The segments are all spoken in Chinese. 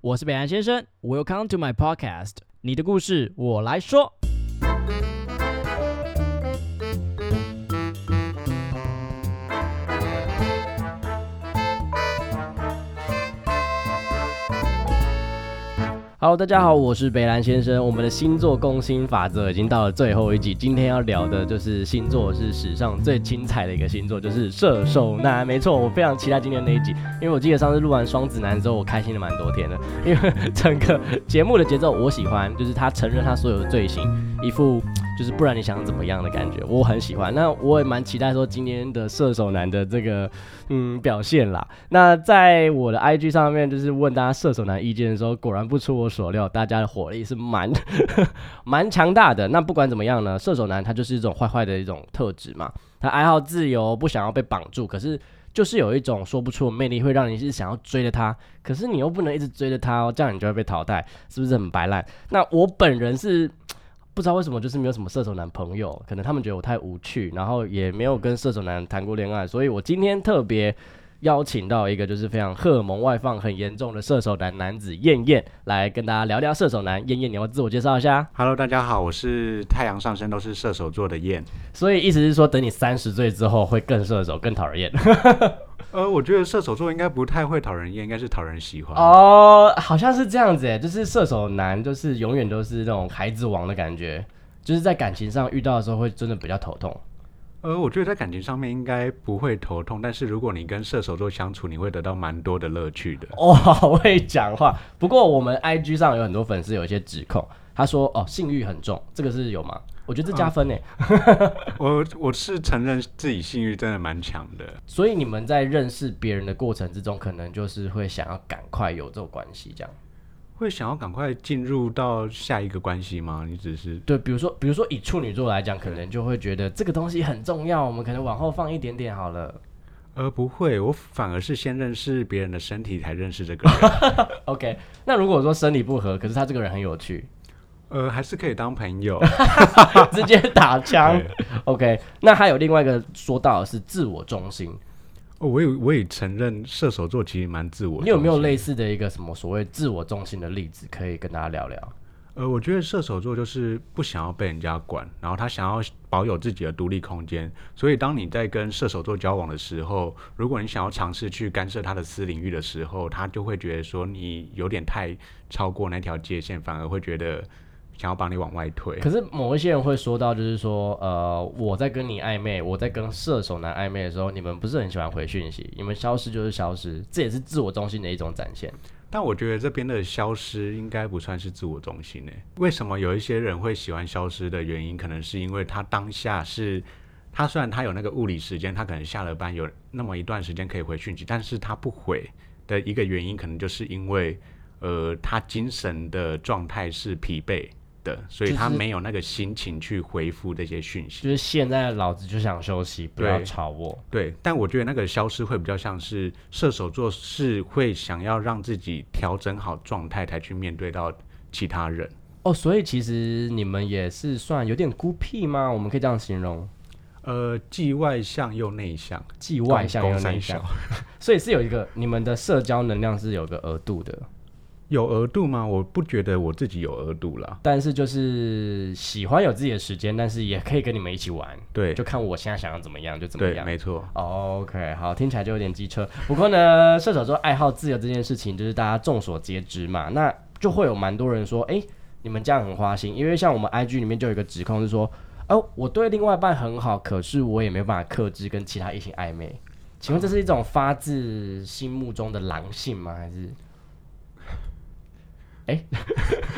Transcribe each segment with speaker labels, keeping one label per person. Speaker 1: 我是北岸先生，Welcome to my podcast，你的故事我来说。Hello，大家好，我是北兰先生。我们的星座攻心法则已经到了最后一集，今天要聊的就是星座是史上最精彩的一个星座，就是射手男。没错，我非常期待今天那一集，因为我记得上次录完双子男之后，我开心了蛮多天的，因为整个节目的节奏我喜欢，就是他承认他所有的罪行，一副就是不然你想怎么样的感觉，我很喜欢。那我也蛮期待说今天的射手男的这个嗯表现啦。那在我的 IG 上面，就是问大家射手男意见的嗯时候，果然不出我所料，大家的火力是蛮蛮强大的。那不管怎么样呢，射手男他就是一种坏坏的一种特质嘛，他爱好自由，不想要被绑住，可是。就是有一种说不出的魅力，会让你是想要追着他，可是你又不能一直追着他哦，这样你就会被淘汰，是不是很白烂？那我本人是不知道为什么，就是没有什么射手男朋友，可能他们觉得我太无趣，然后也没有跟射手男谈过恋爱，所以我今天特别邀请到一个就是非常荷尔蒙外放很严重的射手男男子燕燕来跟大家聊聊射手男。燕燕，你要不要自我介绍一下？
Speaker 2: Hello，大家好，我是太阳上升都是射手座的燕。
Speaker 1: 所以意思是说，等你三十岁之后会更射手，更讨人厌。
Speaker 2: 呃，我觉得射手座应该不太会讨人厌，应该是讨人喜欢。
Speaker 1: 哦，好像是这样子诶，欸就是射手男，就是永远都是那种孩子王的感觉，就是在感情上遇到的时候会真的比较头痛。
Speaker 2: 呃，我觉得在感情上面应该不会头痛，但是如果你跟射手座相处，你会得到蛮多的乐趣的。
Speaker 1: 哦，好会讲话。不过我们 IG 上有很多粉丝有一些指控，他说哦性欲很重，这个是有吗？我觉得这加分呢、欸
Speaker 2: 我我是承认自己性欲真的蛮强的。
Speaker 1: 所以你们在认识别人的过程之中，可能就是会想要赶快有这种关系，这样。
Speaker 2: 会想要赶快进入到下一个关系吗？你只是
Speaker 1: 对，比如说，比如说以处女座来讲，可能就会觉得这个东西很重要，我们可能往后放一点点好了。
Speaker 2: 呃不会，我反而是先认识别人的身体，才认识 这个人。
Speaker 1: OK，那如果说生理不合，可是他这个人很有趣，
Speaker 2: 呃，还是可以当朋友。
Speaker 1: 直接打枪
Speaker 2: 对。
Speaker 1: OK，那还有另外一个说到的是自我中心，
Speaker 2: 哦，我也我也承认射手座其实蛮自我。
Speaker 1: 你有没有类似的一个什么所谓自我中心的例子，可以跟大家聊聊？
Speaker 2: 呃，我觉得射手座就是不想要被人家管，然后他想要保有自己的独立空间。所以，当你在跟射手座交往的时候，如果你想要尝试去干涉他的私领域的时候，他就会觉得说你有点太超过那条界限，反而会觉得想要把你往外推。
Speaker 1: 可是某一些人会说到，就是说，呃，我在跟你暧昧，我在跟射手男暧昧的时候，你们不是很喜欢回讯息，你们消失就是消失，这也是自我中心的一种展现。
Speaker 2: 但我觉得这边的消失应该不算是自我中心诶。欸为什么有一些人会喜欢消失的原因，可能是因为他当下是，他虽然他有那个物理时间，他可能下了班有那么一段时间可以回讯息，但是他不回的一个原因，可能就是因为，呃，他精神的状态是疲惫的，所以
Speaker 1: 就是
Speaker 2: 他没有那个心情去回复这些讯息。
Speaker 1: 就是现在老子就想休息，不要
Speaker 2: 对
Speaker 1: 吵我。
Speaker 2: 对，但我觉得那个消失会比较像是射手座是会想要让自己调整好状态，才去面对到其他人。
Speaker 1: 哦，所以其实你们也是算有点孤僻吗？我们可以这样形容，
Speaker 2: 呃，既外向又内向，
Speaker 1: 既外向又
Speaker 2: 公
Speaker 1: 内
Speaker 2: 三
Speaker 1: 向
Speaker 2: 小，
Speaker 1: 所以是有一个你们的社交能量是有个额度的，
Speaker 2: 有额度吗？我不觉得我自己有额度啦。
Speaker 1: 但是就是喜欢有自己的时间，但是也可以跟你们一起玩，
Speaker 2: 对
Speaker 1: 就，看我现在想要怎么样就怎么
Speaker 2: 对，
Speaker 1: 样。
Speaker 2: 没错。
Speaker 1: OK，好，听起来就有点机车。不过呢，射手座爱好自由这件事情，就是大家众所皆知嘛，那就会有蛮多人说，诶，你们这样很花心，因为像我们 IG 里面就有一个指控是说，哦，我对另外一半很好，可是我也没办法克制跟其他异性暧昧。请问这是一种发自心目中的狼性吗？还是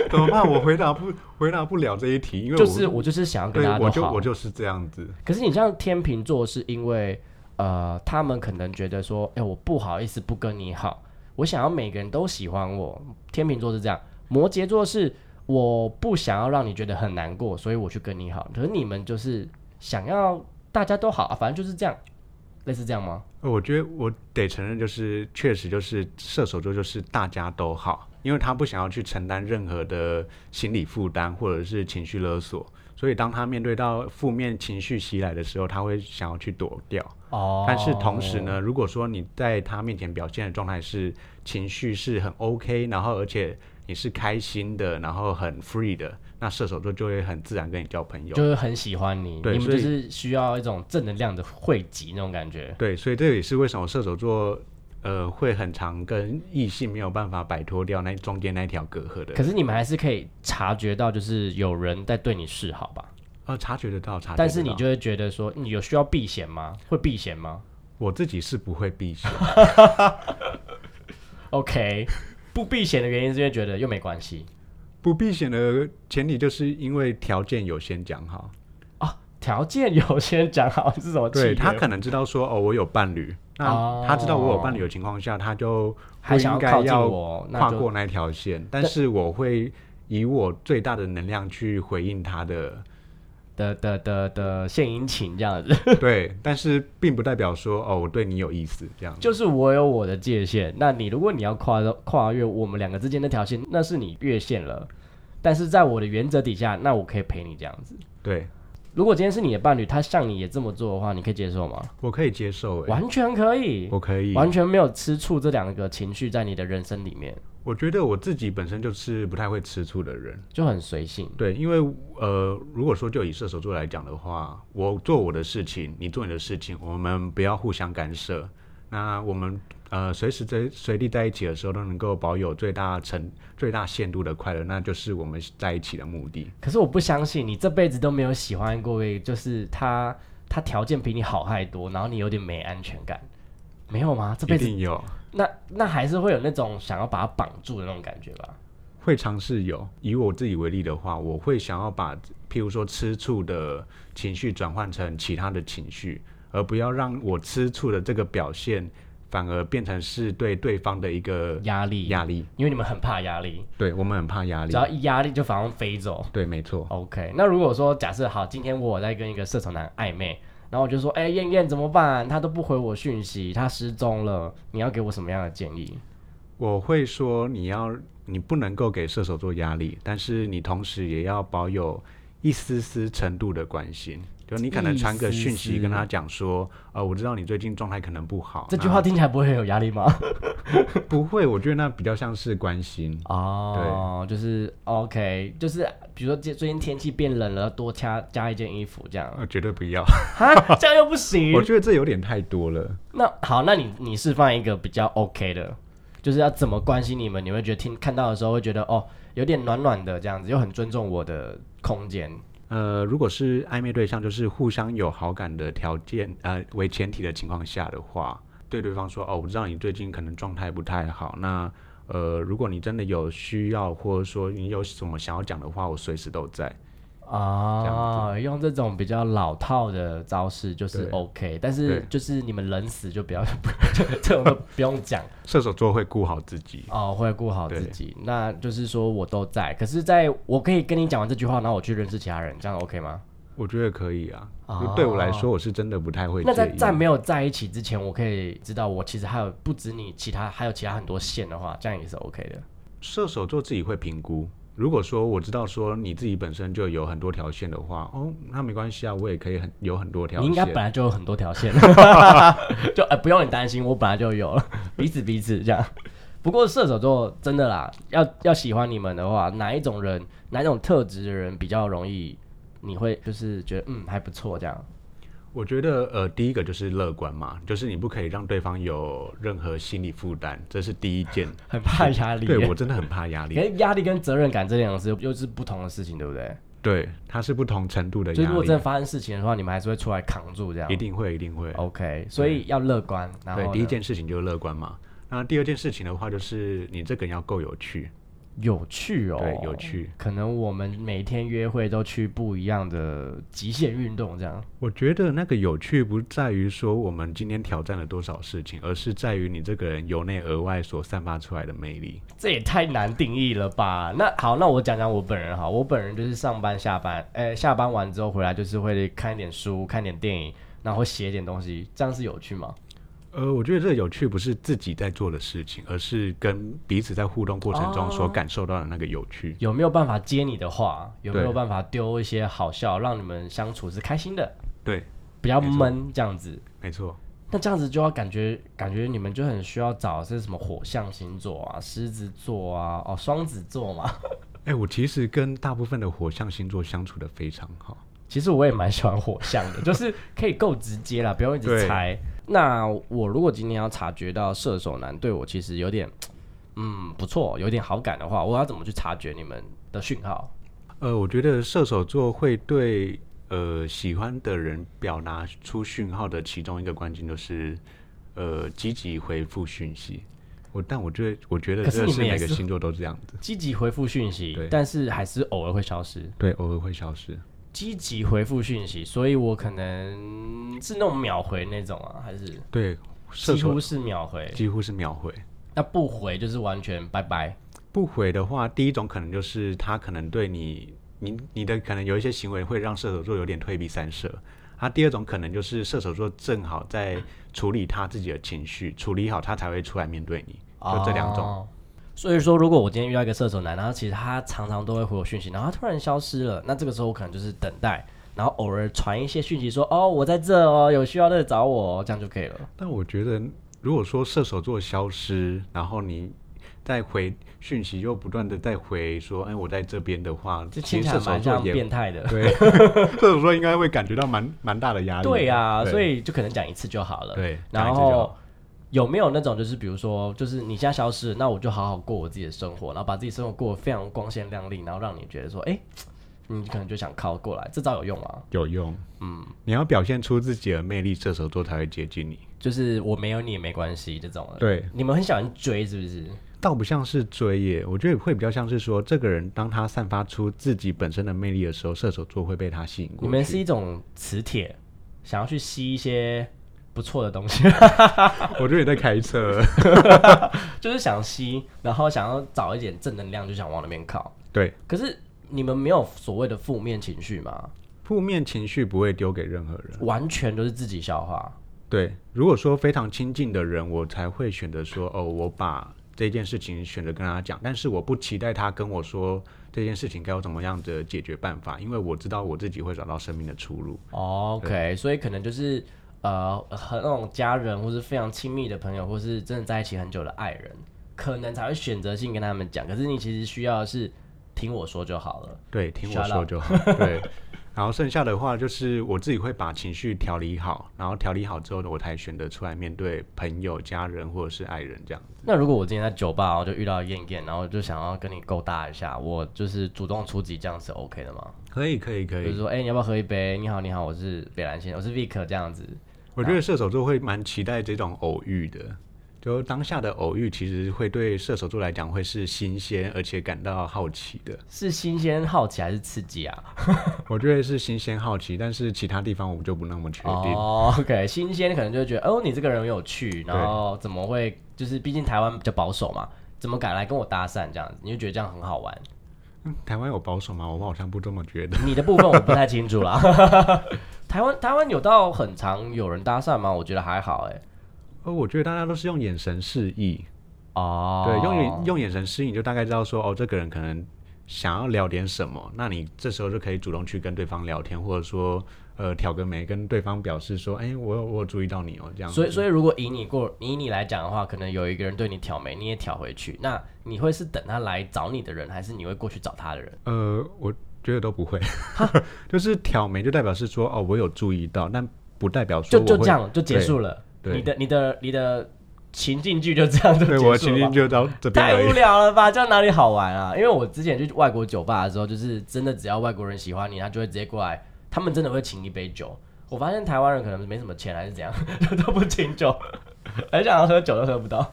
Speaker 2: 怎么办？我回答不回答不了这一题，因为我
Speaker 1: 就是我就是想要跟
Speaker 2: 对，
Speaker 1: 大家都
Speaker 2: 我就
Speaker 1: 好
Speaker 2: 我。就是这样子。
Speaker 1: 可是你像天秤座，是因为呃，他们可能觉得说，哎、我不好意思不跟你好，我想要每个人都喜欢我。天秤座是这样，摩羯座是我不想要让你觉得很难过，所以我去跟你好。可是你们就是想要大家都好，啊、反正就是这样，类似这样吗？
Speaker 2: 呃我觉得我得承认，就是确实就是射手座就是大家都好，因为他不想要去承担任何的心理负担或者是情绪勒索，所以当他面对到负面情绪袭来的时候，他会想要去躲掉。
Speaker 1: 哦
Speaker 2: 但是同时，呢，如果说你在他面前表现的状态是情绪是很 OK，然后而且你是开心的，然后很 free 的，那射手座就会很自然跟你交朋友。
Speaker 1: 就是很喜欢你，
Speaker 2: 对
Speaker 1: 你们
Speaker 2: 所
Speaker 1: 就
Speaker 2: 以
Speaker 1: 是需要一种正能量的汇集那种感觉。
Speaker 2: 对，所以这也是为什么射手座呃会很常跟异性没有办法摆脱掉那中间那一条隔阂的。
Speaker 1: 可是你们还是可以察觉到，就是有人在对你示好吧？
Speaker 2: 呃，察觉得到，察觉得到。
Speaker 1: 但是你就会觉得说，你有需要避嫌吗？会避嫌吗
Speaker 2: 我自己是不会避嫌，
Speaker 1: ？OK，不 避嫌的原因是因为觉得又没关系
Speaker 2: 不避嫌的前提就是因为条件有先讲好。
Speaker 1: 啊。条件有先讲好是什么契约？
Speaker 2: 对他可能知道说哦，我有伴侣，
Speaker 1: 哦
Speaker 2: 那他知道我有伴侣的情况下，他就不
Speaker 1: 还想
Speaker 2: 应
Speaker 1: 要
Speaker 2: 该
Speaker 1: 靠近
Speaker 2: 要
Speaker 1: 我，那
Speaker 2: 跨
Speaker 1: 就
Speaker 2: 过那条线，但是我会以我最大的能量去回应他的，
Speaker 1: 的的的的献殷勤这样子。
Speaker 2: 对，但是并不代表说哦，我对你有意思这样。
Speaker 1: 就是我有我的界限，那你如果你要跨到跨越我们两个之间那条线，那是你越线了。但是在我的原则底下，那我可以陪你这样子。
Speaker 2: 对，
Speaker 1: 如果今天是你的伴侣，他像你也这么做的话，你可以接受吗？
Speaker 2: 我可以接受、欸，
Speaker 1: 完全可以，
Speaker 2: 我可以，
Speaker 1: 完全没有吃醋这两个情绪在你的人生里面，
Speaker 2: 我觉得我自己本身就是不太会吃醋的人，
Speaker 1: 就很随性。
Speaker 2: 对，因为呃，如果说就以射手座来讲的话，我做我的事情，你做你的事情，我们不要互相干涉。那我们呃，随时在随地在一起的时候，都能够保有最大程、最大限度的快乐，那就是我们在一起的目的。
Speaker 1: 可是我不相信你这辈子都没有喜欢过一个，就是他他条件比你好太多，然后你有点没安全感，没有吗？这辈
Speaker 2: 一
Speaker 1: 子
Speaker 2: 定有，
Speaker 1: 那那还是会有那种想要把他绑住的那种感觉吧？
Speaker 2: 会尝试有。以我自己为例的话，我会想要把，譬如说吃醋的情绪转换成其他的情绪，而不要让我吃醋的这个表现，反而变成是对对方的一个
Speaker 1: 压力，
Speaker 2: 压力。
Speaker 1: 因为你们很怕压力，
Speaker 2: 对我们很怕压力
Speaker 1: 只。要一压力就反而飞走。
Speaker 2: 对，没错。
Speaker 1: OK，那如果说假设好，今天我在跟一个射手男暧昧，然后我就说，哎、燕燕怎么办？他都不回我讯息，他失踪了，你要给我什么样的建议？
Speaker 2: 我会说你要，你不能够给射手座压力，但是你同时也要保有一丝丝程度的关心。就你可能传个讯
Speaker 1: 一丝
Speaker 2: 息
Speaker 1: 丝
Speaker 2: 跟他讲说，呃，我知道你最近状态可能不好。
Speaker 1: 这句话听起来不会很有压力吗？
Speaker 2: 那不会，我觉得那比较像是关心。
Speaker 1: 哦，就是 OK，就是比如说最最近天气变冷了，多加加一件衣服这 样，
Speaker 2: 呃，绝对不要，
Speaker 1: 哈，这样又不行
Speaker 2: 我。觉得这有点太多了。
Speaker 1: 那好，那你你示范一个比较 OK 的，就是要怎么关心你们，你会觉得听看到的时候会觉得哦，有点暖暖的这样子，又很尊重我的空间。
Speaker 2: 呃，如果是暧昧对象，就是互相有好感的条件呃为前提的情况下的话，对对方说哦，我知道你最近可能状态不太好，那呃，如果你真的有需要，或者说你有什么想要讲的话，我随时都在。
Speaker 1: 啊，用这种比较老套的招式就是
Speaker 2: 对
Speaker 1: OK，但是
Speaker 2: 对
Speaker 1: 就是你们冷死就不要， 这这种都不用讲
Speaker 2: 射手座会顾好自己，
Speaker 1: 哦，会顾好自己。那就是说我都在，可是在我可以跟你讲完这句话，然后我去认识其他人，这样 OK 吗？
Speaker 2: 我觉得可以啊。
Speaker 1: 哦
Speaker 2: 对我来说，我是真的不太会介
Speaker 1: 那在
Speaker 2: 意。
Speaker 1: 在没有在一起之前，我可以知道我其实还有不止你，其他还有其他很多线的话，这样也是 OK 的。
Speaker 2: 射手座自己会评估。如果说我知道说你自己本身就有很多条线的话，哦，那没关系啊，我也可以很有很多条
Speaker 1: 你
Speaker 2: 线。
Speaker 1: 应该本来就有很多条 线， 就呃不用你担心，我本来就有了，彼此彼此这样。不过射手座真的啦，要要喜欢你们的话，哪一种人，哪一种特质的人比较容易，你会就是觉得嗯还不错这样。
Speaker 2: 我觉得呃，第一个就是乐观嘛，就是你不可以让对方有任何心理负担，这是第一件。
Speaker 1: 很怕压力耶， 哎
Speaker 2: 对我真的很怕压
Speaker 1: 可
Speaker 2: 力，
Speaker 1: 是压力跟责任感这两个是又是不同的事情，对不对？
Speaker 2: 对，它是不同程度的
Speaker 1: 所以
Speaker 2: 压
Speaker 1: 如果真的
Speaker 2: 力，
Speaker 1: 发生事情的话，你们还是会出来扛住这样
Speaker 2: 一。定会，一定会。
Speaker 1: OK，所以要乐观，然后
Speaker 2: 对，
Speaker 1: 呢
Speaker 2: 第一件事情就是乐观嘛。那第二件事情的话，就是你这个人要够有趣，
Speaker 1: 有趣哦，
Speaker 2: 对，有。趣。
Speaker 1: 可能我们每天约会都去不一样的极限运动，这样
Speaker 2: 我觉得那个有趣不在于说我们今天挑战了多少事情，而是在于你这个人由内而外所散发出来的魅力。
Speaker 1: 这也太难定义了吧？那好，那我讲讲我本人哈，我本人就是上班下班，呃，下班完之后回来就是会看一点书，看点电影，然后写一点东西，这样是有趣吗？
Speaker 2: 呃，我觉得这个有趣不是自己在做的事情，而是跟彼此在互动过程中所感受到的那个有趣。
Speaker 1: 有没有办法接你的话？有没有
Speaker 2: 对
Speaker 1: 办法丢一些好笑，让你们相处是开心的，
Speaker 2: 对，
Speaker 1: 比较
Speaker 2: 没错
Speaker 1: 闷这样子？
Speaker 2: 没错，
Speaker 1: 那这样子就要感觉感觉你们就很需要找是什么火象星座啊、狮子座啊、哦双子座嘛。
Speaker 2: 哎、我其实跟大部分的火象星座相处的非常好。
Speaker 1: 其实我也蛮喜欢火象 的，就是可以够直接啦，不用一直
Speaker 2: 对
Speaker 1: 猜。那我如果今天要察觉到射手男对我其实有点，嗯，不错，有点好感的话，我要怎么去察觉你们的讯号？
Speaker 2: 呃，我觉得射手座会对呃喜欢的人表达出讯号的其中一个关键就是呃积极回复讯息。我但我觉得我觉得
Speaker 1: 可是
Speaker 2: 这
Speaker 1: 你
Speaker 2: 是
Speaker 1: 们也
Speaker 2: 每个
Speaker 1: 是
Speaker 2: 星座都这样子，
Speaker 1: 积极回复讯息
Speaker 2: 对，
Speaker 1: 但是还是偶尔会消失。
Speaker 2: 对，偶尔会消失。
Speaker 1: 积极回复讯息，所以我可能是那种秒回那种啊，还是
Speaker 2: 对，射
Speaker 1: 几
Speaker 2: 手
Speaker 1: 乎是秒回。
Speaker 2: 几乎是秒回。
Speaker 1: 那不回就是完全拜拜。
Speaker 2: 不回的话，第一种可能就是他可能对你，你你的可能有一些行为会让射手座有点退避三舍。啊，第二种可能就是射手座正好在处理他自己的情绪，处理好他才会出来面对你，就这两种。
Speaker 1: 哦所以说，如果我今天遇到一个射手男，然后其实他常常都会回我讯息，然后他突然消失了，那这个时候我可能就是等待，然后偶尔传一些讯息说哦，我在这哦，有需要的找我哦，这样就可以 了。
Speaker 2: 但我觉得，如果说射手座消失，然后你再回讯息，又不断的再回说，哎，我在这边的话，
Speaker 1: 这
Speaker 2: 其
Speaker 1: 听起
Speaker 2: 实射
Speaker 1: 来
Speaker 2: 手
Speaker 1: 蛮
Speaker 2: 座
Speaker 1: 像
Speaker 2: 也
Speaker 1: 变 态的。
Speaker 2: 对，射手座应该会感觉到蛮蛮大的压力。
Speaker 1: 对啊，所
Speaker 2: 以
Speaker 1: 以就可能讲一次就好了。
Speaker 2: 对，讲
Speaker 1: 然
Speaker 2: 一次就好
Speaker 1: 后有没有那种就是比如说，就是你现在消失了，那我就好好过我自己的生活，然后把自己生活过得非常光鲜亮丽，然后让你觉得说，哎、你可能就想靠过来，这招有用吗？
Speaker 2: 有用，嗯，你要表现出自己的魅力，射手座才会接近你。
Speaker 1: 就是我没有你也没关系这种的。
Speaker 2: 对，
Speaker 1: 你们很喜欢追是不是？
Speaker 2: 倒不像是追耶，我觉得会比较像是说，这个人当他散发出自己本身的魅力的时候，射手座会被他吸引
Speaker 1: 你
Speaker 2: 过
Speaker 1: 们
Speaker 2: 去。
Speaker 1: 是一种磁铁，想要去吸一些不错的东西，
Speaker 2: 我觉得你在开 车，
Speaker 1: 就是想吸，然后想要找一点正能量，就想往那边靠。
Speaker 2: 对，
Speaker 1: 可是你们没有所谓的负面情绪吗？
Speaker 2: 负面情绪不会丢给任何人。
Speaker 1: 完全都是自己消化。
Speaker 2: 对，如果说非常亲近的人，我才会选择说，哦，我把这件事情选择跟他讲，但是我不期待他跟我说这件事情该有怎么样的解决办法，因为我知道我自己会找到生命的出路。
Speaker 1: OK，所以可能就是呃和那种家人或是非常亲密的朋友，或是真的在一起很久的爱人，可能才会选择性跟他们讲。可是你其实需要的是听我说就好了。
Speaker 2: 对，听我
Speaker 1: Shut
Speaker 2: 说
Speaker 1: up
Speaker 2: 就好。对，然后剩下的话就是我自己会把情绪调理好，然后调理好之后呢，我才选择出来面对朋友、家人或者是爱人这样。
Speaker 1: 那如果我今天在酒吧，我就遇到燕燕，然后就想要跟你勾搭一下，我就是主动出击，这样是 OK 的吗？
Speaker 2: 可以，可以，可
Speaker 1: 比如
Speaker 2: 以。
Speaker 1: 说，哎、你要不要喝一杯？你好，你好，我是北兰先生，我是 Vic 这样子。
Speaker 2: 我觉得射手座会蛮期待这种偶遇的，就当下的偶遇其实会对射手座来讲会是新鲜而且感到好奇的。
Speaker 1: 是新鲜好奇还是刺激啊？
Speaker 2: 我觉得是新鲜好奇，但是其他地方我就不那么确定。
Speaker 1: 哦、o k 新鲜可能就会觉得，哦，你这个人很有趣，然后怎么会？就是毕竟台湾比较保守嘛，怎么敢来跟我搭讪这样子？你就觉得这样很好玩？
Speaker 2: 嗯台湾有保守吗？我好像不这么觉得。
Speaker 1: 你的部分我不太清楚啦。 台湾台湾有到很常有人搭讪吗？我觉得还好哎、
Speaker 2: 哦，我觉得大家都是用眼神示意，
Speaker 1: 哦、
Speaker 2: 对，用眼用眼神示意，你就大概知道说，哦，这个人可能想要聊点什么，那你这时候就可以主动去跟对方聊天，或者说，呃，挑个眉跟对方表示说，哎、我有我有注意到你哦，这样子。
Speaker 1: 所以，所以如果以你过以你来讲的话，可能有一个人对你挑眉，你也挑回去，那你会是等他来找你的人，还是你会过去找他的人？
Speaker 2: 呃，我觉得都不会，就是挑眉就代表是说，哦，我有注意到，但不代表说
Speaker 1: 就
Speaker 2: 我
Speaker 1: 就
Speaker 2: 会
Speaker 1: 这，样就结束了。
Speaker 2: 对对
Speaker 1: 你的你的你的情境剧就这样就
Speaker 2: 对，我的
Speaker 1: 结束
Speaker 2: 情
Speaker 1: 了
Speaker 2: 境
Speaker 1: 吗。
Speaker 2: 就到这边
Speaker 1: 太
Speaker 2: 而
Speaker 1: 无
Speaker 2: 已。
Speaker 1: 聊了吧？这样哪里好玩啊？因为我之前去外国酒吧的时候，就是真的只要外国人喜欢你，他就会直接过来，他们真的会请一杯酒。我发现台湾人可能没什么钱还是怎样， 就都不请酒，很想要喝酒都喝不到，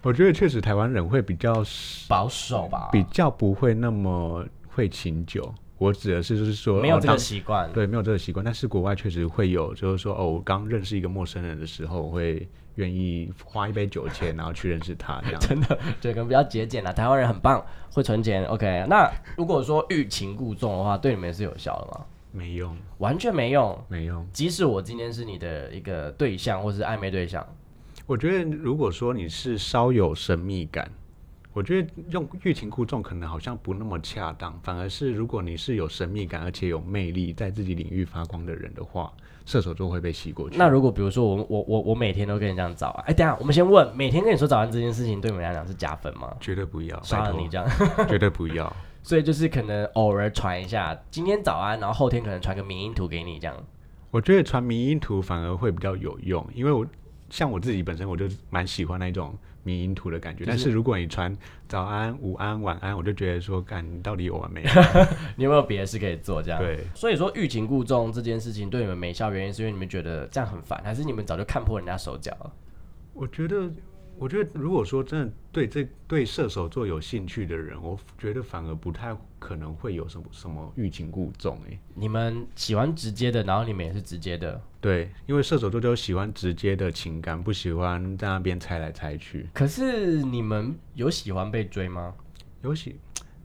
Speaker 2: 我觉得确实台湾人会比较
Speaker 1: 保守吧，
Speaker 2: 比较不会那么会请酒，我指的是就是说
Speaker 1: 没有
Speaker 2: 哦
Speaker 1: 这
Speaker 2: 当
Speaker 1: 个习惯。
Speaker 2: 对，没有这个习惯，但是国外确实会有，就是说，哦，我刚认识一个陌生人的时候，我会愿意花一杯酒钱，然后去认识他， 这样。
Speaker 1: 真的，对，可能比较节俭啦。啊台湾人很棒，会存钱。OK，那如果说欲擒故纵的话，对你们是有效的吗？
Speaker 2: 没用，
Speaker 1: 完全没用。
Speaker 2: 没用。
Speaker 1: 即使我今天是你的一个对象或是暧昧对象，
Speaker 2: 我觉得如果说你是稍有神秘感，我觉得用欲擒故纵可能好像不那么恰当，反而是如果你是有神秘感而且有魅力，在自己领域发光的人的话，射手座会被吸过去。
Speaker 1: 那如果比如说我我我我每天都跟你这样早安，哎，等一下我们先问，每天跟你说早安这件事情对你们来讲是加分吗？
Speaker 2: 绝对不要，
Speaker 1: 杀
Speaker 2: 拜
Speaker 1: 了你
Speaker 2: 托，
Speaker 1: 这样，
Speaker 2: 绝对不要。
Speaker 1: 所以就是可能偶尔传一下，今天早安，然后后天可能传个迷因图给你这样。
Speaker 2: 我觉得传迷因图反而会比较有用，因为我像我自己本身我就蛮喜欢那种迷因图的感觉。
Speaker 1: 就是
Speaker 2: 但是如果你传早安、午安、晚安，我就觉得说，干你到底有完没有？
Speaker 1: 你有没有别的事可以做这样？。
Speaker 2: 对，
Speaker 1: 所以说欲擒故纵这件事情对你们没效，原因是因为你们觉得这样很烦，还是你们早就看破人家手脚了？
Speaker 2: 我觉得，我觉得如果说真的对这对射手座有兴趣的人，我觉得反而不太可能会有什么什么欲擒故纵欸诶、
Speaker 1: 你们喜欢直接的，然后你们也是直接的。
Speaker 2: 对，因为射手座就喜欢直接的情感，不喜欢在那边猜来猜去。
Speaker 1: 可是你们有喜欢被追吗？
Speaker 2: 尤其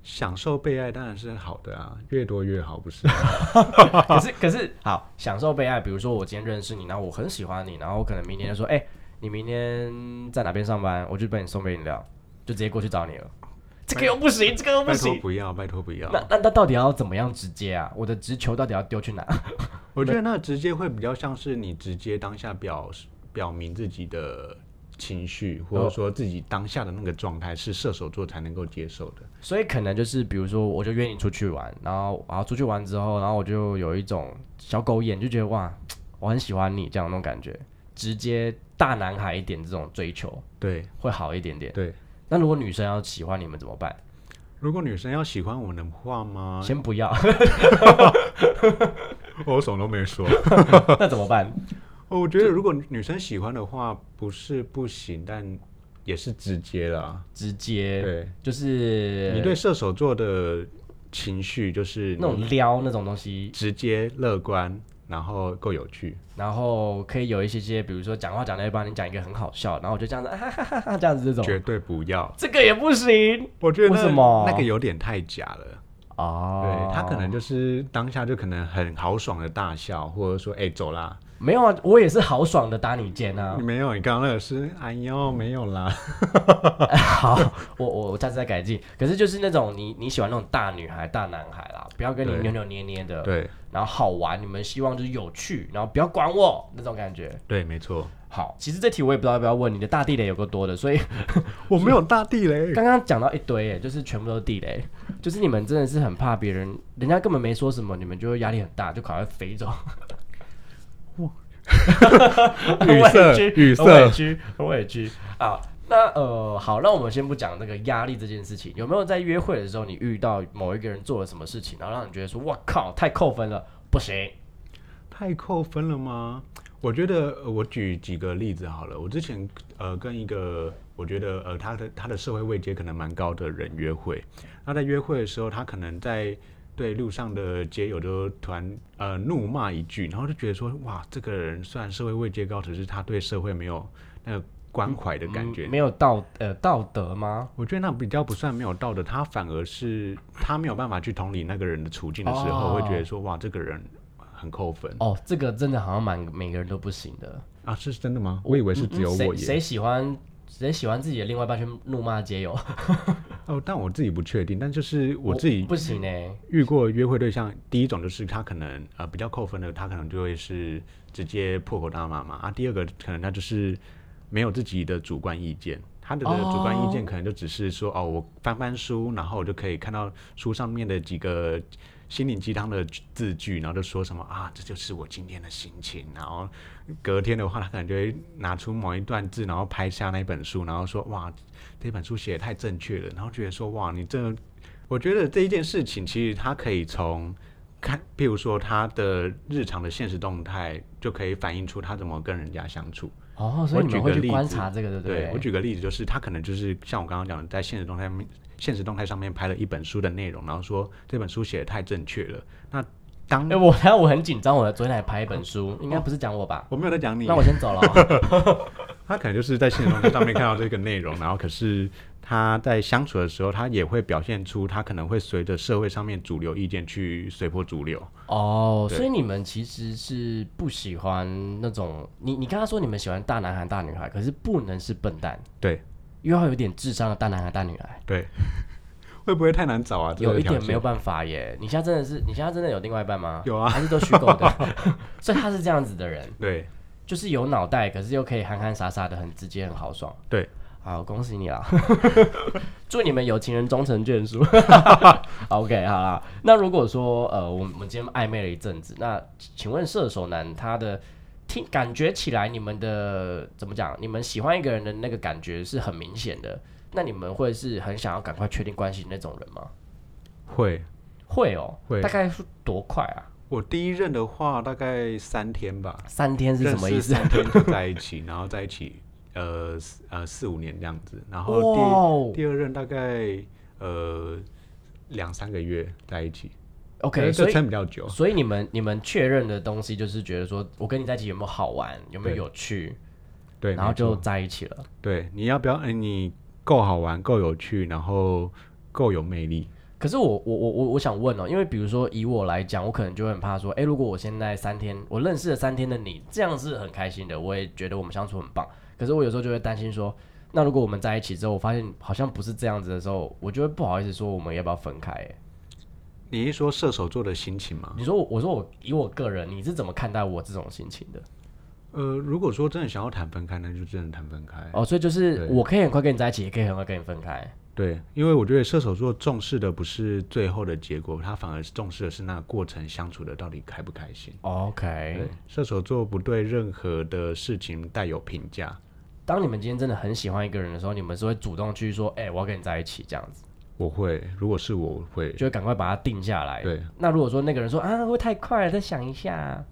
Speaker 2: 享受被爱当然是好的啊，越多越好，不是？
Speaker 1: 可是可是好享受被爱，比如说我今天认识你，然后我很喜欢你，然后我可能明天就说，哎、你明天在哪边上班，我就帮你送杯饮料，就直接过去找你了。这个又不行，这个又不
Speaker 2: 拜托
Speaker 1: 行。
Speaker 2: 不要，拜托不要。
Speaker 1: 那那那到底要怎么样直接啊？我的直球到底要丢去哪？
Speaker 2: 我觉得那直接会比较像是你直接当下表示表明自己的情绪，或者说自己当下的那个状态，是射手座才能够接受的。
Speaker 1: 所以可能就是，比如说，我就约你出去玩，然后然后出去玩之后，然后我就有一种小狗眼，就觉得哇，我很喜欢你这样那种感觉，直接大男孩一点这种追求
Speaker 2: 对
Speaker 1: 会好一点点。
Speaker 2: 对，
Speaker 1: 那如果女生要喜欢你们怎么办？
Speaker 2: 如果女生要喜欢我们的话吗？
Speaker 1: 先不要，
Speaker 2: 我什么都没说。
Speaker 1: 那怎么办？
Speaker 2: 哦我觉得如果女生喜欢的话，不是不行，但也是直接啦。
Speaker 1: 直接
Speaker 2: 对，
Speaker 1: 就是
Speaker 2: 你对射手座的情绪就是
Speaker 1: 那种撩那种东西，
Speaker 2: 直接乐观，然后够有趣。
Speaker 1: 然后可以有一些些，比如说讲话讲到一半，你讲一个很好笑，然后我就这样子，啊、哈哈哈哈这样子这种，
Speaker 2: 绝对不要，
Speaker 1: 这个也不行
Speaker 2: 我觉得那
Speaker 1: 为什么
Speaker 2: 那个有点太假了。
Speaker 1: 哦。
Speaker 2: 对他可能就是当下就可能很豪爽的大笑，或者说哎、走啦，
Speaker 1: 没有啊，我也是豪爽的搭你肩啊。
Speaker 2: 没有，你刚刚那个是哎呦没有啦，
Speaker 1: 好，我我我下次再改进。可是就是那种你你喜欢那种大女孩、大男孩啦，不要跟你
Speaker 2: 对
Speaker 1: 扭扭捏捏的，
Speaker 2: 对
Speaker 1: 然后好玩，你们希望就是有趣，然后不要管我那种感觉。
Speaker 2: 对，没错，
Speaker 1: 好，其实这题我也不知道要不要问，你的大地雷有够多的， 所以
Speaker 2: 我没有大地 雷，
Speaker 1: 刚刚讲到一堆耶，就是全部都是地雷，就是你们真的是很怕别人，人家根本没说什么，你们就会压力很大，就赶快飞走。 很委
Speaker 2: 语塞语塞，
Speaker 1: 屈，很委屈啊。那呃，好，那我们先不讲那个压力这件事情，有没有在约会的时候，你遇到某一个人做了什么事情，然后让你觉得说，哇靠，太扣分了，不行，
Speaker 2: 太扣分了吗？我觉得、呃我举几个例子好了。我之前呃跟一个我觉得呃他的他的社会位阶可能蛮高的人约会，那在约会的时候，他可能在对路上的街友就突然呃怒骂一句，然后就觉得说哇，这个人虽然社会位阶高，只是他对社会没有那个关怀的感觉。
Speaker 1: 嗯没有道呃道德吗？
Speaker 2: 我觉得那比较不算没有道德，他反而是他没有办法去同理那个人的处境的时候，
Speaker 1: 哦
Speaker 2: 会觉得说哇，这个人很扣分
Speaker 1: 哦，这个真的好像蛮每个人都不行的，
Speaker 2: 啊，是真的吗？我以为是只有我
Speaker 1: 嗯谁
Speaker 2: 耶。
Speaker 1: 谁喜欢谁喜欢自己的另外一半去怒骂街友，
Speaker 2: 哦，但我自己不确定，但就是 我自己
Speaker 1: 不行呢、
Speaker 2: 遇过约会对象，第一种就是他可能呃比较扣分的，他可能就会是直接破口大骂嘛啊。第二个可能他就是没有自己的主观意见，他的
Speaker 1: 哦
Speaker 2: 主观意见可能就只是说哦，我翻翻书，然后我就可以看到书上面的几个。心灵鸡汤的字句，然后就说什么啊，这就是我今天的心情。然后隔天的话，他可能就会拿出某一段字，然后拍下那本书，然后说哇，这本书写的太正确了，然后觉得说哇，你这我觉得这一件事情，其实它可以从看，譬如说他的日常的现实动态，就可以反映出他怎么跟人家相处。
Speaker 1: 哦，所以你们
Speaker 2: 我举个
Speaker 1: 会
Speaker 2: 例
Speaker 1: 去
Speaker 2: 子
Speaker 1: 观察这个，对不
Speaker 2: 对我
Speaker 1: 对？
Speaker 2: 举个例子，就是他可能就是像我刚刚讲的，在现实动态面、现实动态上面拍了一本书的内容，然后说这本书写的太正确了。那当、
Speaker 1: 哎、我 我我很紧张，我昨天来拍一本书，应该不是讲我吧？
Speaker 2: 我没有在讲你
Speaker 1: 那，我先走了哦。
Speaker 2: 他可能就是在现实动态上面看到这个内容，然后可是他在相处的时候，他也会表现出他可能会随着社会上面主流意见去随波逐流。
Speaker 1: 哦，
Speaker 2: 对
Speaker 1: 所以你们其实是不喜欢那种你你刚刚说你们喜欢大男孩大女孩，可是不能是笨蛋
Speaker 2: 对
Speaker 1: 又要有点智商的大男孩大女孩，
Speaker 2: 对， 会不会太难找啊？这
Speaker 1: 有
Speaker 2: 个
Speaker 1: 一
Speaker 2: 条
Speaker 1: 点
Speaker 2: 件
Speaker 1: 没有办法耶。你现在真的是，你现在真的有另外一半吗？
Speaker 2: 有啊
Speaker 1: 还是都虚构 的？所以他是这样子的人，
Speaker 2: 对
Speaker 1: 就是有脑袋，可是又可以憨憨傻傻的，很直接，很豪爽。
Speaker 2: 对，
Speaker 1: 好，恭喜你啦！ 祝你们有情人终成眷属。OK，好啦。那如果说呃，我们我们今天暧昧了一阵子，那请问射手男他的听感觉起来，你们的怎么讲？你们喜欢一个人的那个感觉是很明显的，那你们会是很想要赶快确定关系的那种人吗？
Speaker 2: 会。
Speaker 1: 会哦，
Speaker 2: 会
Speaker 1: 大概是多快啊？
Speaker 2: 我第一任的话大概三天吧，
Speaker 1: 三天是
Speaker 2: 认
Speaker 1: 什么意
Speaker 2: 识
Speaker 1: 思？
Speaker 2: 三天就在一起， 然后在一起呃四呃四五年这样子，然后第、
Speaker 1: 哦
Speaker 2: 第二任大概呃两三个月在一起可
Speaker 1: ，OK，
Speaker 2: 能
Speaker 1: 所
Speaker 2: 这
Speaker 1: 以
Speaker 2: 撑比较久。
Speaker 1: 所以你们你们确认的东西就是觉得说我跟你在一起有没有好玩，有没有
Speaker 2: 对
Speaker 1: 有趣，
Speaker 2: 对，
Speaker 1: 然后
Speaker 2: 没错
Speaker 1: 就在一起了。
Speaker 2: 对，你要不要？嗯、你够好玩，够有趣，然后够有魅力。
Speaker 1: 可是我我我我我想问哦，因为比如说以我来讲，我可能就会很怕说，诶，哎如果我现在三天我认识了三天的你，这样是很开心的，我也觉得我们相处很棒。可是我有时候就会担心说，那如果我们在一起之后，我发现好像不是这样子的时候，我就会不好意思说我们要不要分开、诶
Speaker 2: 你是说射手座的心情吗？
Speaker 1: 你说我我说我以我个人，你是怎么看待我这种心情的？
Speaker 2: 呃，如果说真的想要谈分开，那就真的谈分开。
Speaker 1: 哦，所以就是
Speaker 2: 对
Speaker 1: 我可以很快跟你在一起，也可以很快跟你分开。
Speaker 2: 对，因为我觉得射手座重视的不是最后的结果，他反而重视的是那个过程相处的到底开不开心。对
Speaker 1: OK，，
Speaker 2: 射手座不对任何的事情带有评价，
Speaker 1: 当你们今天真的很喜欢一个人的时候，你们是会主动去说，诶，我要跟你在一起这样子，
Speaker 2: 我会，如果是我我会，
Speaker 1: 就会赶快把它定下来。
Speaker 2: 对，
Speaker 1: 那如果说那个人说啊，会不会太快了，再想一下。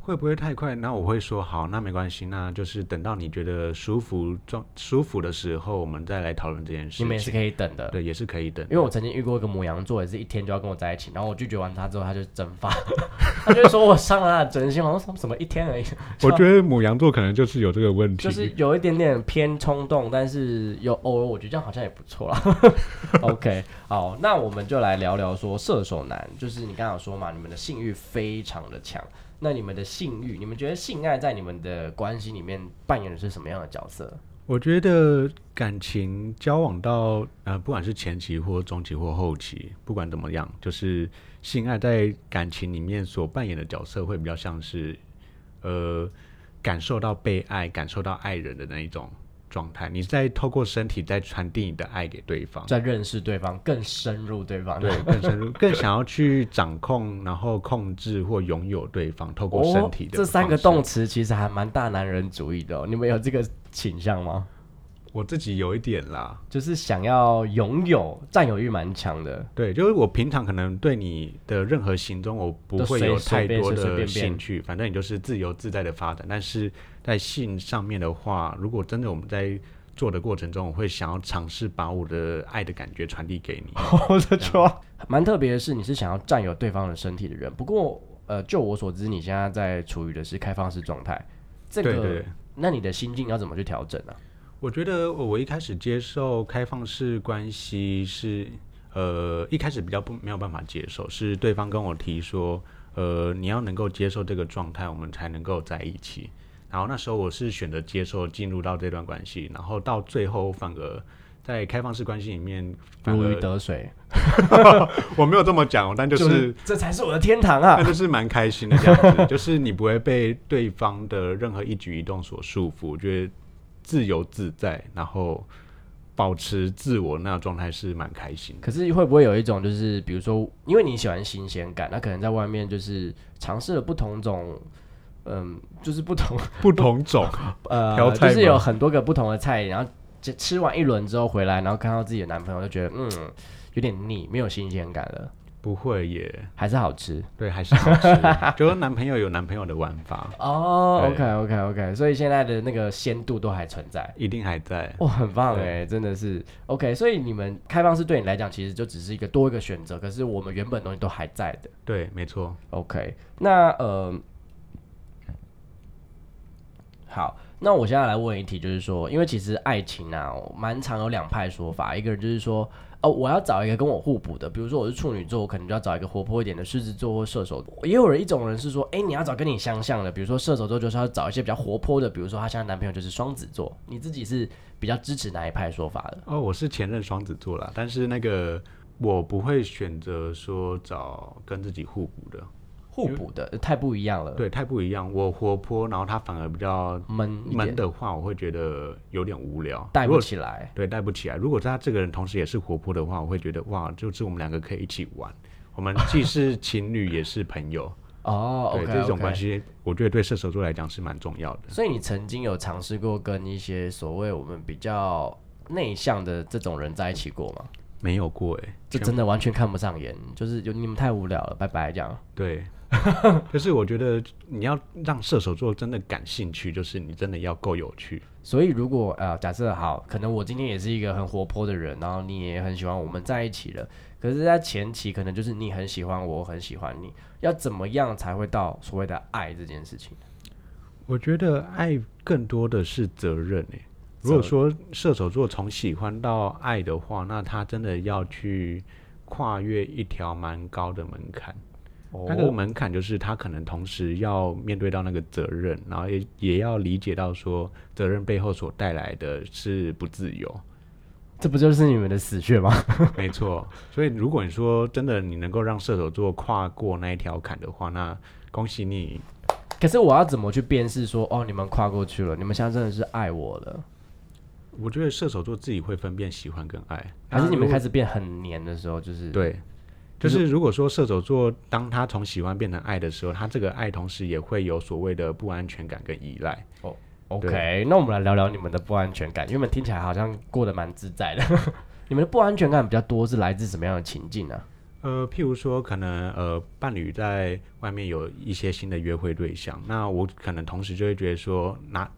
Speaker 2: 会不会太快？那我会说好，那没关系，那就是等到你觉得舒服、状舒服的时候，我们再来讨论这件事
Speaker 1: 你们也是
Speaker 2: 情。
Speaker 1: 可以等的。
Speaker 2: 对，也是可以等的。
Speaker 1: 因为我曾经遇过一个母羊座，也是一天就要跟我在一起，然后我拒绝完他之后，他就蒸发， 他就会说我伤了他的真心，好像什么什么一天而已，
Speaker 2: 我觉得母羊座可能就是有这个问题，
Speaker 1: 就是有一点点偏冲动，但是有偶尔我觉得这样好像也不错啦。OK，好，那我们就来聊聊说射手男，就是你刚刚有说嘛，你们的性欲非常的强，那你们的性欲，你们觉得性爱在你们的关系里面扮演的是什么样的角色？
Speaker 2: 我觉得感情交往到呃，不管是前期或中期或后期，不管怎么样，就是性爱在感情里面所扮演的角色，会比较像是呃，感受到被爱、感受到爱人的那一种状态。你在透过身体在传递你的爱给对 方，
Speaker 1: 在认识对方，更深入对方。
Speaker 2: 对，更深入，更想要去掌控，然后控制或拥有对方，透过身体的、
Speaker 1: 哦这三个动，词其实还蛮大男人主义的、哦。你们有这个倾向吗？
Speaker 2: 我自己有一点啦，
Speaker 1: 就是想要拥有，占有欲蛮强的。
Speaker 2: 对，就是我平常可能对你的任何行踪，我不
Speaker 1: 都
Speaker 2: 会
Speaker 1: 随
Speaker 2: 有
Speaker 1: 随
Speaker 2: 太
Speaker 1: 便
Speaker 2: 多
Speaker 1: 随随
Speaker 2: 的
Speaker 1: 便便
Speaker 2: 兴趣，反正你就是自由自在的发展。但是在性上面的话，如果真的我们在做的过程中，我会想要尝试把我的爱的感觉传递给你。
Speaker 1: 我的说，蛮特别的是，你是想要占有对方的身体的人。不过，呃，就我所知，你现在在处于的是开放式状态。这个，
Speaker 2: 对对对，
Speaker 1: 那你的心境要怎么去调整啊？
Speaker 2: 我觉得我一开始接受开放式关系是，呃，一开始比较不没有办法接受，是对方跟我提说，呃，你要能够接受这个状态，我们才能够在一起。然后那时候我是选择接受进入到这段关系，然后到最后反而在开放式关系里面，反
Speaker 1: 如鱼
Speaker 2: 而
Speaker 1: 得水，
Speaker 2: 我没有这么讲哦，但就是、
Speaker 1: 这才是我的天 堂啊！
Speaker 2: 那就是蛮开心的这样子， 就是你不会被对方的任何一举一动所束缚，我觉得自由自在，然后保持自我那个状态是蛮开心的。
Speaker 1: 可是会不会有一种，就是比如说，因为你喜欢新鲜感，那可能在外面就是尝试了不同种，嗯，就是不同
Speaker 2: 不同种，
Speaker 1: 呃
Speaker 2: 挑，菜
Speaker 1: 就
Speaker 2: 吗
Speaker 1: 是有很多个不同的菜，然后吃吃完一轮之后回来，然后看到自己的男朋友，就觉得嗯，有点腻，没有新鲜感了，
Speaker 2: 不会耶，
Speaker 1: 还是好吃
Speaker 2: 对，还是好吃。就是男朋友有男朋友的玩法，
Speaker 1: 哦。
Speaker 2: 对
Speaker 1: OK OK OK，所以现在的那个鲜度都还存在。
Speaker 2: 一定还在。
Speaker 1: 哇、很棒哎，真的是 OK。所以你们开放式对你来讲，其实就只是一个多一个选择，可是我们原本的东西都还在的。
Speaker 2: 对，没错。
Speaker 1: OK，那呃，好，那我现在来问一题，就是说，因为其实爱情啊，我蛮常有两派说法，一个人就是说，哦，我要找一个跟我互补的，比如说我是处女座，我可能就要找一个活泼一点的狮子座或射手。也有人一种人是说，哎，你要找跟你相像的，比如说射手座就是要找一些比较活泼的，比如说她现在男朋友就是双子座。你自己是比较支持哪一派说法的？
Speaker 2: 哦，我是前任双子座啦，但是那个我不会选择说找跟自己互补的，
Speaker 1: 互补的太不一样了，
Speaker 2: 对，太不一样。我活泼，然后他反而比较
Speaker 1: 闷一
Speaker 2: 闷
Speaker 1: 点，
Speaker 2: 的话，我会觉得有点无聊。
Speaker 1: 带
Speaker 2: 如
Speaker 1: 不
Speaker 2: 果
Speaker 1: 起来。
Speaker 2: 对带不起来，如果他这个人同时也是活泼的话，我会觉得哇，就是我们两个可以一起玩，我们既是情侣也是朋友。
Speaker 1: 哦
Speaker 2: 对
Speaker 1: ，OK，
Speaker 2: 这种关。系，我觉得对射手座来讲是蛮重要的。
Speaker 1: 所以你曾经有尝试过跟一些所谓我们比较内向的这种人在一起过吗？
Speaker 2: 没有过哎、
Speaker 1: 这真的完全看不上眼，就是有你们太无聊了，拜拜这样。
Speaker 2: 对，就是我觉得你要让射手座真的感兴趣，就是你真的要够有趣。
Speaker 1: 所以如果呃假设好，可能我今天也是一个很活泼的人，然后你也很喜欢我们在一起了，可是，在前期可能就是你很喜欢我，我很喜欢你，要怎么样才会到所谓的爱这件事情？
Speaker 2: 我觉得爱更多的是责任哎、如果说射手座从喜欢到爱的话，那他真的要去跨越一条蛮高的门槛。那个门槛就是他可能同时要面对到那个责任，然后也也要理解到说责任背后所带来的是不自由。
Speaker 1: 这不就是你们的死穴吗？
Speaker 2: 没错，所以如果你说真的你能够让射手座跨过那一条坎的话，那恭喜你。
Speaker 1: 可是我要怎么去辨识说，哦，你们跨过去了，你们现在真的是爱我了，
Speaker 2: 我觉得射手座自己会分辨喜欢跟爱，
Speaker 1: 还是你们开
Speaker 2: 始
Speaker 1: 始变很黏的时候，就是
Speaker 2: 对。就是如果说射手座，当他从喜欢变成爱的时候，他这个爱同时也会有所谓的不安全感跟依赖。
Speaker 1: OK，那我们来聊聊你们的不安全感，因为你们听起来好像过得蛮自在的。 你们的不安全感比较多是来自什么样的情境啊？
Speaker 2: 呃，譬如说，可能呃，伴侣在外面有一些新的约会对象，那我可能同时就会觉得说，那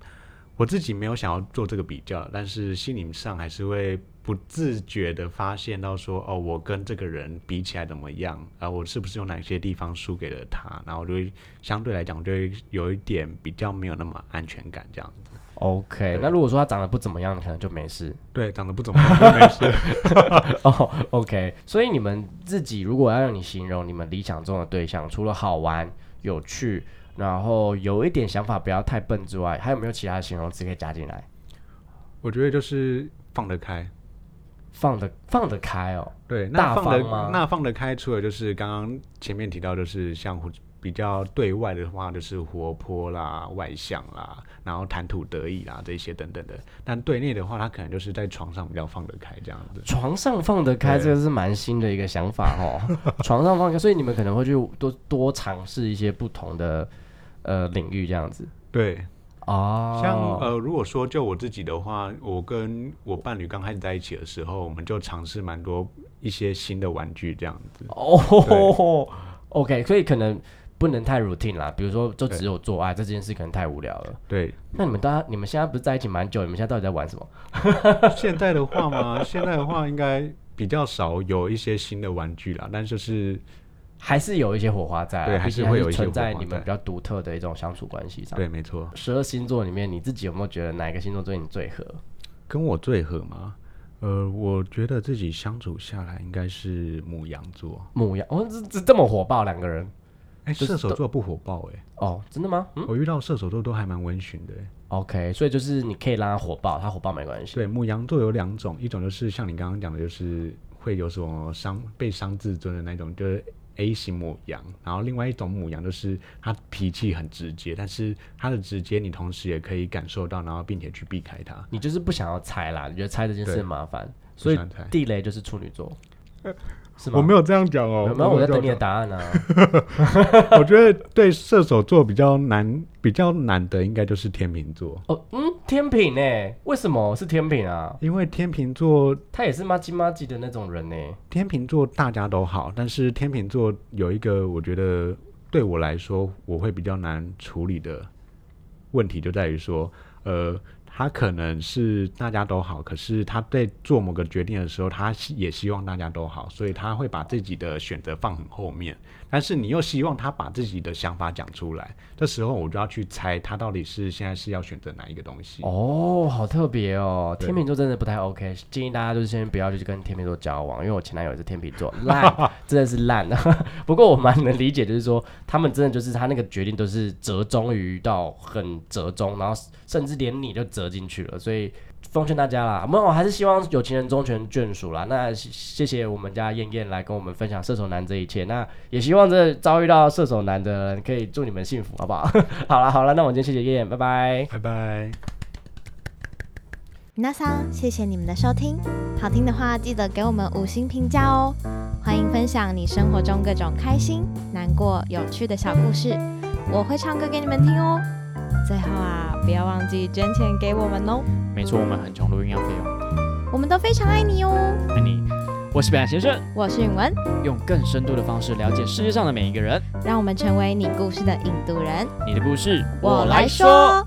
Speaker 2: 我自己没有想要做这个比较，但是心理上还是会不自觉的发现到说，哦，我跟这个人比起来怎么样？啊、我是不是有哪些地方输给了他？然后我就会相对来讲，就会有一点比较没有那么安全感这样子。
Speaker 1: OK，那如果说他长得不怎么样，可能就没事
Speaker 2: 对，长得不怎么样，就没事。
Speaker 1: 哦。OK，所以你们自己如果要让你形容你们理想中的对象，除了好玩、有趣，然后有一点想法不要太笨之外，还有没有其他的形容词可以加进来？
Speaker 2: 我觉得就是放得开。
Speaker 1: 放得放得开哦，
Speaker 2: 对，
Speaker 1: 大
Speaker 2: 那放得
Speaker 1: 方吗
Speaker 2: 那放得开，除了就是刚刚前面提到，就是像活比较对外的话，就是活泼啦、外向啦，然后谈吐得意啦这些等等的。但对内的话，他可能就是在床上比较放得开这样子。
Speaker 1: 床上放得开，
Speaker 2: 对
Speaker 1: 这个是蛮新的一个想法哦。床上放得开，所以你们可能会去多多尝试一些不同的呃领域这样子
Speaker 2: 对，
Speaker 1: 哦。
Speaker 2: 像、呃，如果说就我自己的话，我跟我伴侣刚开始在一起的时候，我们就尝试蛮多一些新的玩具这样子。
Speaker 1: 哦，OK，所以可能不能太 routine 啦，比如说就只有做爱这件事可能太无聊了。
Speaker 2: 对，
Speaker 1: 那你们大家你们现在不是在一起蛮久，你们现在到底在玩什么？
Speaker 2: 现在的话嘛，现在的话应该比较少有一些新的玩具啦，但就是
Speaker 1: 还是有一些火花在啊，
Speaker 2: 对
Speaker 1: 毕
Speaker 2: 还是
Speaker 1: 竟
Speaker 2: 会有一些
Speaker 1: 存在
Speaker 2: 火花
Speaker 1: 你们
Speaker 2: 在
Speaker 1: 比较独特的一种相处关系上。
Speaker 2: 对，没错。
Speaker 1: 十二星座里面，你自己有没有觉得哪一个星座对你最合？
Speaker 2: 跟我最合吗？呃，我觉得自己相处下来应该是母羊座。
Speaker 1: 母羊哦，这这这么火爆，两个人
Speaker 2: 哎、
Speaker 1: 就是
Speaker 2: 射手座不火爆哎、
Speaker 1: 哦，真的吗？嗯。
Speaker 2: 我遇到射手座都还蛮温驯的、欸。
Speaker 1: OK，所以就是你可以让他火爆，他火爆没关系。
Speaker 2: 对，母羊座有两种，一种就是像你刚刚讲的，就是会有什么伤被伤自尊的那种，就是 A 型母羊。然后另外一种母羊就是他脾气很直接，但是他的直接你同时也可以感受到，然后并且去避开他。
Speaker 1: 你就是不想要猜啦，你觉得猜这件事很麻烦，
Speaker 2: 不
Speaker 1: 所以
Speaker 2: 想猜
Speaker 1: 地雷就是处女 座，是吗？
Speaker 2: 我没有这样讲哦、
Speaker 1: 有没有？我在
Speaker 2: 这样
Speaker 1: 等你的答案呢、啊
Speaker 2: 我觉得对射手座比较难，比较难的应该就是天秤座，
Speaker 1: 哦，嗯，天平呢、为什么是天平啊？
Speaker 2: 因为天秤座，
Speaker 1: 他也是妈唧妈唧的那种人呢、欸
Speaker 2: 天秤座大家都好，但是天秤座有一个我觉得对我来说我会比较难处理的问题，就在于说，呃，他可能是大家都好，可是他在做某个决定的时候，他希也希望大家都好，所以他会把自己的选择放很后面。但是你又希望他把自己的想法讲出来，这时候我就要去猜他到底是现在是要选择哪一个东西。
Speaker 1: 哦，好特别哦！
Speaker 2: 对
Speaker 1: 天秤座真的不太 OK，建议大家就是先不要去跟天秤座交往，因为我前男友也是天秤座，烂，真的是烂。 不过我蛮能理解，就是说他们真的就是他那个决定都是折中于到很折中，然后甚至连你都折进去了，所以。奉劝大家啦，没有，我还是希望有情人终成眷属啦。那谢谢谢我们家燕燕来跟我们分享射手男这一切，那也希望这遭遇到射手男的人可以祝你们幸福，好不好？ 好了好了，那我们今天谢谢燕燕，拜拜。
Speaker 2: 拜拜。
Speaker 3: 皆さん，谢谢你们的收听，好听的话记得给我们五星评价哦。欢迎分享你生活中各种开心、难过、有趣的小故事，我会唱歌给你们听哦。最后啊，不要忘记捐钱给我们哦，
Speaker 4: 没错，我们很穷，录音要费用。
Speaker 3: 我们都非常爱你哦。
Speaker 4: 爱你，我是北岸先生，
Speaker 3: 我是允文，
Speaker 4: 用更深度的方式了解世界上的每一个人。
Speaker 3: 让我们成为你故事的引渡人。
Speaker 4: 你的故事，。
Speaker 3: 我来说。